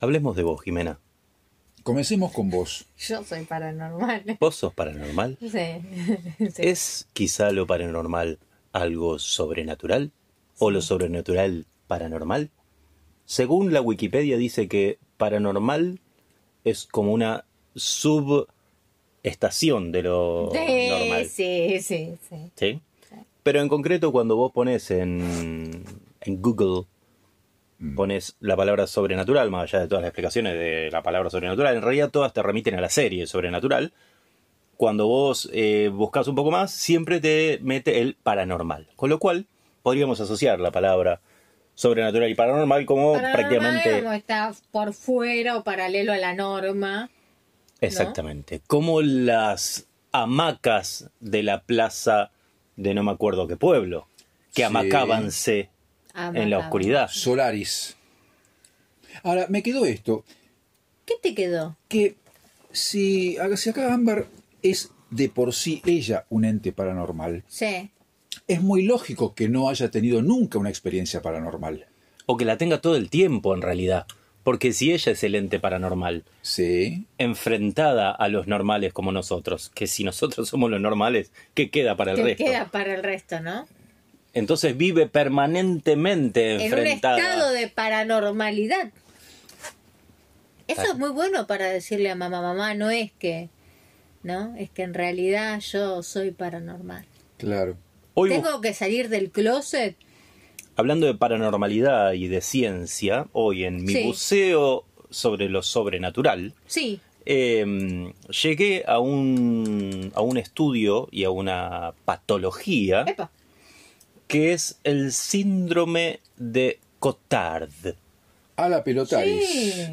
Hablemos de vos, Jimena. Comencemos con vos. Yo soy paranormal. ¿Vos sos paranormal? Sí. Sí. ¿Es quizá lo paranormal algo sobrenatural? ¿O lo sobrenatural paranormal? Según la Wikipedia dice que paranormal es como una subestación de lo Sí, Oh, normal. sí, sí, sí. ¿sí? Pero en concreto, cuando vos pones en, en Google, pones la palabra sobrenatural, más allá de todas las explicaciones de la palabra sobrenatural, en realidad todas te remiten a la serie sobrenatural. Cuando vos eh, buscas un poco más, siempre te mete el paranormal. Con lo cual, podríamos asociar la palabra sobrenatural y paranormal como Oh, Paranormal prácticamente. Como está por fuera o paralelo a la norma. Exactamente. Como las hamacas de la plaza de no me acuerdo qué pueblo, que Sí. amacábanse en la Amacaba. oscuridad. Solaris. Ahora, me quedó esto. ¿Qué te quedó? que si, si acá Amber es de por sí ella un ente paranormal, Sí. es muy lógico que no haya tenido nunca una experiencia paranormal. O que la tenga todo el tiempo en realidad. Porque si ella es el ente paranormal, Sí, enfrentada a los normales como nosotros, que si nosotros somos los normales, ¿qué queda para el te resto? queda para el resto, ¿no? Entonces vive permanentemente En un estado enfrentada. de paranormalidad. Eso Tal. es muy bueno para decirle a mamá, mamá, no es que, ¿no? Es que en realidad yo soy paranormal. claro. Hoy bus- Tengo que salir del closet. Hablando de paranormalidad y de ciencia, hoy en mi Sí. buceo sobre lo sobrenatural, Sí, eh, llegué a un, a un estudio y a una patología epa. que es el síndrome de Cotard. A la pelotaris. Sí.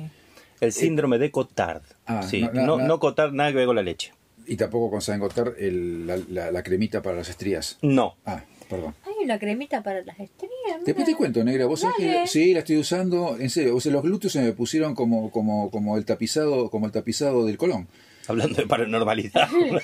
El síndrome de Cotard. Eh, Ah, Sí, no, no, no, no. no Cotard nada que ver con la leche. Y tampoco con Sangotar el, la, la- la cremita para las estrías. No. Ah, perdón. Hay una cremita para las estrías. Después te mira. cuento, negra. ¿Vos sabés Dale. que sí, la estoy usando? En serio, o sea, los glúteos se me pusieron como, como, como el tapizado, como el tapizado del colón. Hablando de paranormalidad. Bueno,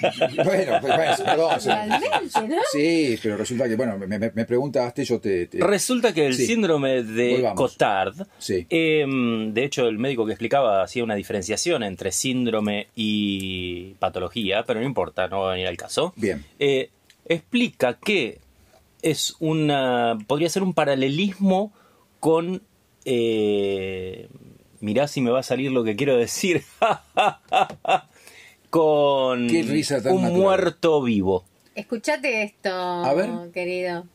pues, perdón. Realmente, ¿no? Sí, pero resulta que, bueno, me, me- me preguntaste, yo te- te Resulta que el Sí. síndrome de Volvamos. Cotard, Sí. eh, de hecho el médico que explicaba hacía una diferenciación entre síndrome y patología, pero no importa, no va a venir al caso. Bien. Eh, explica que es una, podría ser un paralelismo con, eh, mirá si me va a salir lo que quiero decir, con Qué risa tan un natural. muerto vivo. Escuchate esto, ver. querido.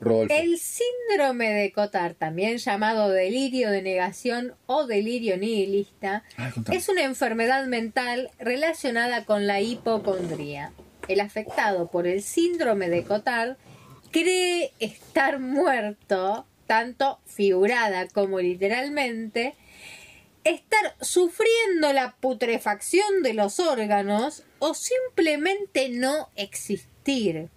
Rodolfo. El síndrome de Cotard, también llamado delirio de negación o delirio nihilista, Ah, contame. es una enfermedad mental relacionada con la hipocondría. El afectado por el síndrome de Cotard cree estar muerto, tanto figurada como literalmente, estar sufriendo la putrefacción de los órganos o simplemente no existir.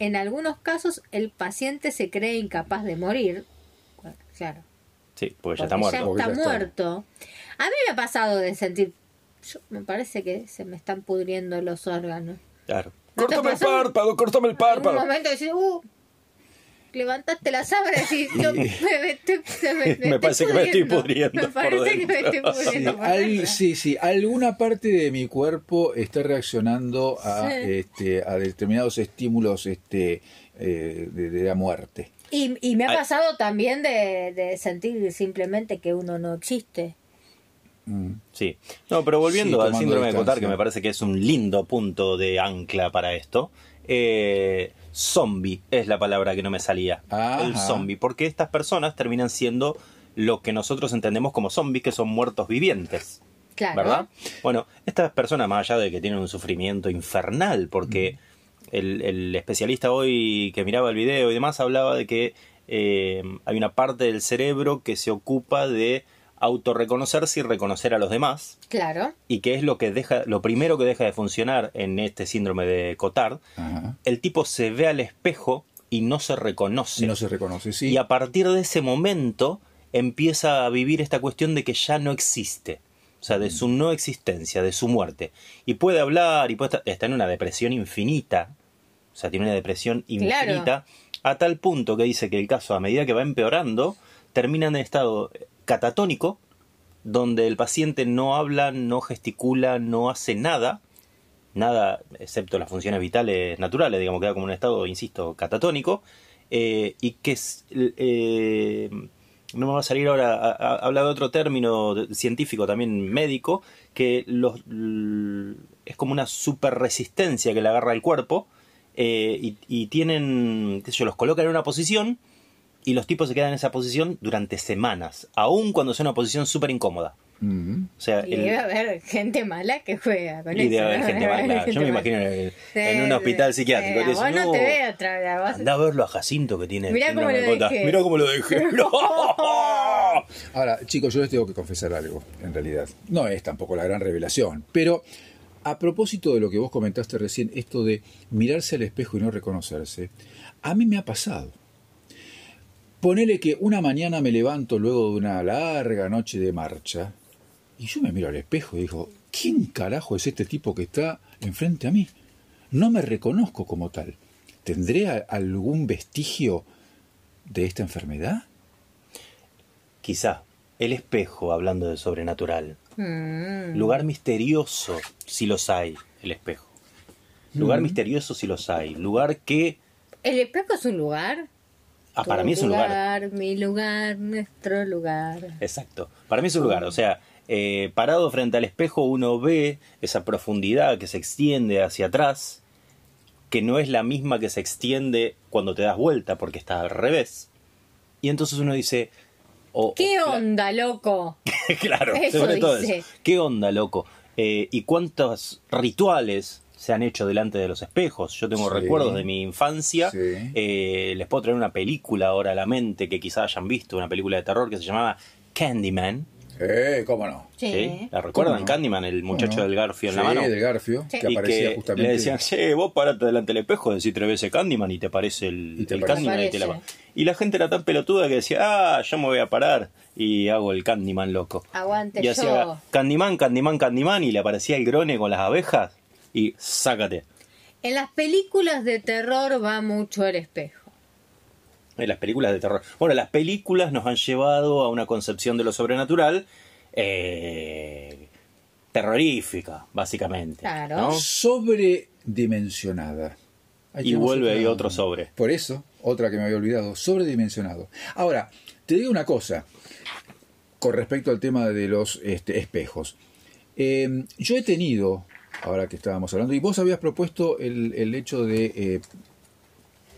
En algunos casos el paciente se cree incapaz de morir. Bueno, Claro. Sí, porque ya Porque está muerto. Porque ya está está. muerto. A mí me ha pasado de sentir. yo- me parece que se me están pudriendo los órganos. Claro. ¿No te Córtame el pasó? párpado, córtame el En un párpado. momento decís, uh, levantaste la sábana y decís, yo me, me estoy- se me- Me estoy parece que me estoy pudriendo Me por parece que me estoy dentro. Sí, pudriendo. por al- dentro. sí, sí, alguna parte de mi cuerpo está reaccionando a, Sí. este, a determinados estímulos este, eh, de, de la muerte. Y, y me ha Ay. pasado también de, de sentir simplemente que uno no existe. Mm. Sí. No, pero volviendo Sí, al tomando síndrome de Cotard, distancia. que me parece que es un lindo punto de ancla para esto. eh, zombie es la palabra que no me salía. Ajá. El zombie. Porque estas personas terminan siendo lo que nosotros entendemos como zombies, que son muertos vivientes. Claro. ¿Verdad? Bueno, estas personas, más allá de que tienen un sufrimiento infernal, porque el, el especialista hoy que miraba el video y demás hablaba de que eh, hay una parte del cerebro que se ocupa de autorreconocerse y reconocer a los demás, Claro. y que es lo que deja, lo primero que deja de funcionar en este síndrome de Cotard. Ajá. El tipo se ve al espejo y no se reconoce. No se reconoce, sí. Y a partir de ese momento empieza a vivir esta cuestión de que ya no existe. O sea, de su no existencia, de su muerte. Y puede hablar y puede estar, está en una depresión infinita. O sea, tiene una depresión Claro. infinita. A tal punto que dice que el caso, a medida que va empeorando, termina en estado eh, catatónico donde el paciente no habla, no gesticula, no hace nada, nada excepto las funciones vitales naturales, digamos, queda como un estado, insisto, catatónico, eh, y que es, eh, no me va a salir ahora, a, a- habla de otro término de- científico, también médico, que los, l- es como una superresistencia que le agarra el cuerpo, eh, y, y tienen, qué sé yo, los colocan en una posición y los tipos se quedan en esa posición durante semanas, aun cuando sea una posición súper incómoda. Mm. O sea, Y Eh, el- debe haber gente mala que juega con y eso. debe haber ¿no? gente Debe mala, haber claro. Yo gente me mala. imagino en, el- en Sí, un sí. hospital psiquiátrico. Sí, te a dicen, vos no te "No, veo otra vez, a vos- Andá a verlo a Jacinto que tiene. Mirá síndrome cómo de lo Cota". dejé. Mirá cómo lo dejé. ¡No! Ahora, chicos, yo les tengo que confesar algo, en realidad. No es tampoco la gran revelación, pero a propósito de lo que vos comentaste recién, esto de mirarse al espejo y no reconocerse, a mí me ha pasado. Ponele que una mañana me levanto luego de una larga noche de marcha y yo me miro al espejo y digo, ¿quién carajo es este tipo que está enfrente a mí? No me reconozco como tal. ¿Tendré a- algún vestigio de esta enfermedad? Quizá el espejo, hablando de sobrenatural. Mm. Lugar misterioso, si los hay, el espejo. Lugar misterioso, si los hay. Lugar que. ¿El espejo es un lugar? Ah, para Tu mí es un lugar. Mi lugar, nuestro lugar. Exacto. Para mí es un lugar. O sea, eh, parado frente al espejo uno ve esa profundidad que se extiende hacia atrás, que no es la misma que se extiende cuando te das vuelta porque está al revés. Y entonces uno dice... "Oh, o- ¿Qué o- onda, loco? claro, Eso sobre todo dice. eso. ¿Qué onda, loco? Eh, ¿Y cuántos rituales se han hecho delante de los espejos? Yo tengo Sí. recuerdos de mi infancia. Sí. Eh, les puedo traer una película ahora a la mente que quizás hayan visto, una película de terror que se llamaba Candyman. Eh, cómo no. ¿sí? Sí. ¿La recuerdan? ¿Cómo no? Candyman, el muchacho ¿Cómo no? del garfio en la Sí, mano. del Garfio, Sí. que y aparecía que justamente. le decían, che, vos parate delante del espejo, decís tres veces Candyman y te aparece el, Y te el aparece. Candyman. Y, te la- Aparece. y la gente era tan pelotuda que decía, ah, yo me voy a parar y hago el Candyman loco. Aguante y yo. hacía Candyman, Candyman, Candyman y le aparecía el grone con las abejas y sácate. En las películas de terror va mucho el espejo. En Eh, las películas de terror. Bueno, las películas nos han llevado a una concepción de lo sobrenatural eh, terrorífica, básicamente. Claro. ¿no? Sobredimensionada. Ahí Y tenemos vuelve otra- ahí otro sobre. Por eso, otra que me había olvidado, sobredimensionado. Ahora, te digo una cosa con respecto al tema de los este, espejos. Eh, yo he tenido, ahora que estábamos hablando, y vos habías propuesto el, el hecho de eh,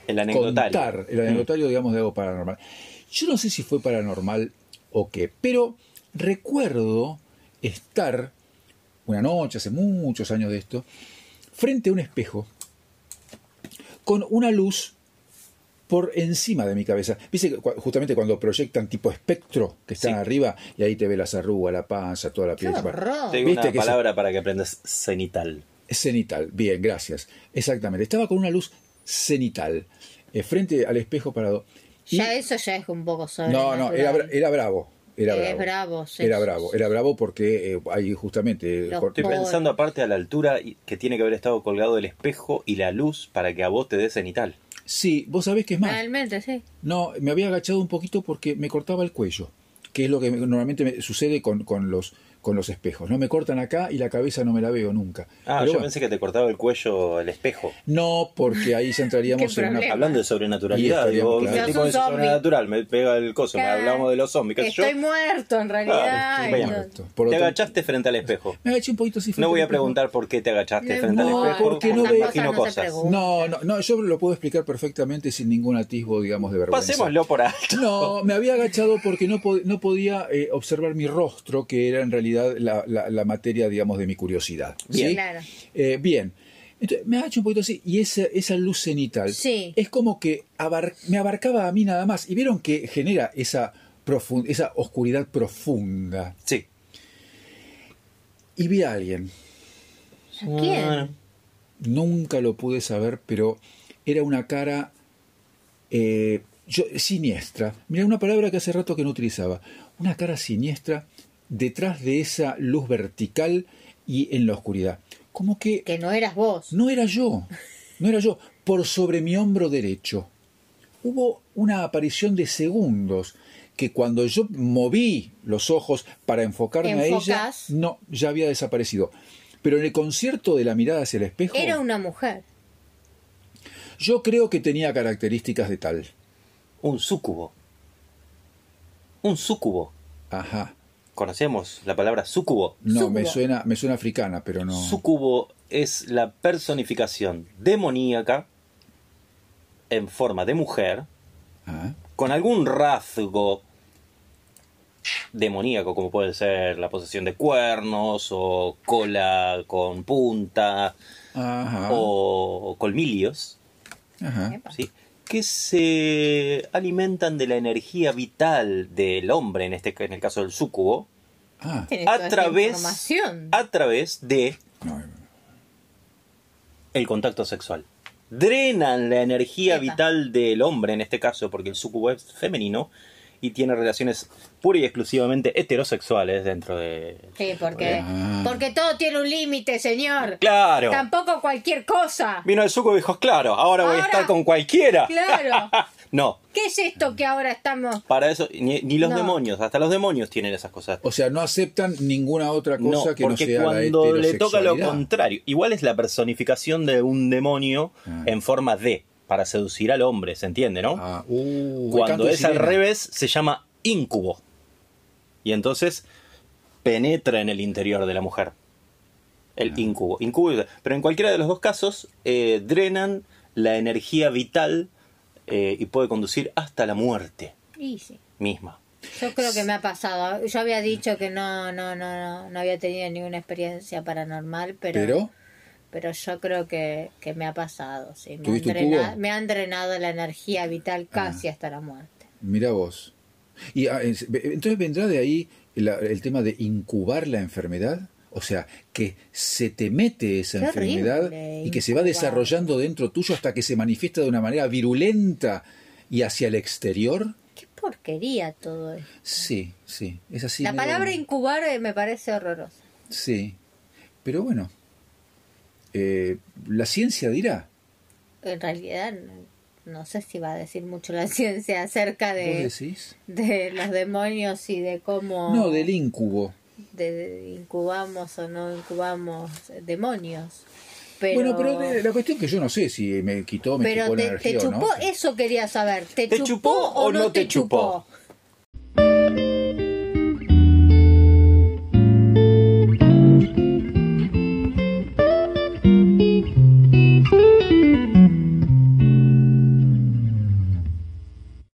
El Mm. anecdotario. contar Mm. el anecdotario, digamos, de algo paranormal. Yo no sé si fue paranormal o qué, pero recuerdo estar una noche, hace muchos años de esto, frente a un espejo con una luz por encima de mi cabeza. Viste, que cua- justamente cuando proyectan tipo espectro, que están Sí. arriba, y ahí te ve las arrugas, la panza, toda la ¡Qué piel. Mm. horror! Te digo Viste una que se- palabra para que aprendas cenital. Cenital, bien, gracias. Exactamente, estaba con una luz cenital, eh, frente al espejo parado. Y- Ya eso ya es un poco No, sobrenatural. no, era, bra- era bravo. Era Es bravo. bravo, sí, Era sí, bravo, sí. era bravo porque eh, ahí justamente. eh, Los con- Estoy Por- pensando aparte a la altura y- que tiene que haber estado colgado del espejo y la luz para que a vos te dé cenital. Sí, vos sabés que es más. Realmente, sí. No, me había agachado un poquito porque me cortaba el cuello, que es lo que me- normalmente me sucede con, con los, con los espejos. No me cortan acá y la cabeza no me la veo nunca. Ah, Pero yo bueno, pensé que te cortaba el cuello el espejo. No, porque ahí ya entraríamos Qué en una. problema. Hablando de Y sobrenaturalidad, estaría digo, muy claro. me metí Sos con un eso zombie. sobrenatural, me pega el coso, me Claro. hablamos de los zombies, qué sé yo. Estoy muerto en realidad. Ah, estoy Ay, muerto. Dios. Por lo Te tanto, agachaste frente al espejo. Me agaché un poquito así. frente No voy a al espejo. preguntar por qué te agachaste No, frente al no, espejo, porque no me veo- imagino Esas cosas no se cosas. preguntan. No, no, no, yo lo puedo explicar perfectamente sin ningún atisbo, digamos, de vergüenza. Pasémoslo por alto. No, me había agachado porque no, po- no podía eh, observar mi rostro, que era en realidad la, la- la materia, digamos, de mi curiosidad. ¿sí? Bien. Claro. Eh, bien. Entonces, me agacho un poquito así y esa, esa luz cenital Sí. es como que abar- me abarcaba a mí nada más. Y vieron que genera esa, profun- esa oscuridad profunda. Sí. Y vi a alguien. ¿A Ah, quién? Nunca lo pude saber, pero era una cara eh, yo- siniestra. Mira, una palabra que hace rato que no utilizaba. Una cara siniestra detrás de esa luz vertical y en la oscuridad. Como que Que no eras vos. no era yo, no era yo, por sobre mi hombro derecho. Hubo una aparición de segundos que cuando yo moví los ojos para enfocarme Enfocás. a ella, no, ya había desaparecido. Pero en el concierto de la mirada hacia el espejo, Era una mujer. yo creo que tenía características de tal. Un sucubo. Un sucubo. Ajá. Conocemos la palabra sucubo. No, me Súcubo. suena, me suena africana, pero no. Sucubo es la personificación demoníaca en forma de mujer Ah, con algún rasgo demoníaco, como puede ser la posesión de cuernos o cola con punta Ajá. o colmillos, Ajá. Epa. ¿sí? que se alimentan de la energía vital del hombre, en, este, en el caso del sucubo, Ah. Tenés toda a esta través, información. a través de No, eh. el contacto sexual. Drenan la energía Epa. vital del hombre en este caso, porque el sucubo es femenino y tiene relaciones pura y exclusivamente heterosexuales dentro de... Sí, porque, Ah. porque todo tiene un límite, señor. ¡Claro! Tampoco cualquier cosa. Vino el sucubo y dijo, claro, ahora, voy a Ahora- estar con cualquiera. Ah, Claro. no, ¿Qué es esto que ahora estamos? para eso, ni, ni los No. demonios, hasta los demonios tienen esas cosas. O sea, no aceptan ninguna otra No, cosa que no porque sea la cuando le toca lo heterosexualidad. contrario, igual es la personificación de un demonio Ah. en forma de, para seducir al hombre, ¿se entiende, no? Ah, uh, canto Cuando de es al sirena. revés, se llama incubo. Y entonces penetra en el interior de la mujer. El incubo. incubo. Pero en cualquiera de los dos casos, eh, drenan la energía vital eh, y puede conducir hasta la muerte Y sí, misma. yo creo que me ha pasado. Yo había dicho que no, no, no, no, no había tenido ninguna experiencia paranormal, pero, Pero, pero yo creo que, que me ha pasado. Sí. Me, han ¿Tuviste un drenado, cubo? Ah. me han drenado la energía vital casi hasta la muerte. mira vos. Y, ah, es- ve- entonces vendrá de ahí la- el tema de incubar la enfermedad. O sea, que se te mete esa Qué enfermedad horrible, y que se va incubar. desarrollando dentro tuyo hasta que se manifiesta de una manera virulenta y hacia el exterior. Qué porquería todo esto. Sí, sí, es así. la medio- palabra incubar eh, me parece horrorosa. Sí, pero bueno, eh, la ciencia dirá. En realidad, no, no sé si va a decir mucho la ciencia acerca ¿Vos de, decís? de los demonios y de cómo No, del incubo. de- de incubamos o no incubamos demonios. Pero, Bueno, pero de- la cuestión es que yo no sé si me quitó, me pero quitó la te, energía te o no. chupó, eso quería saber. ¿Te, chupó, o no te chupó?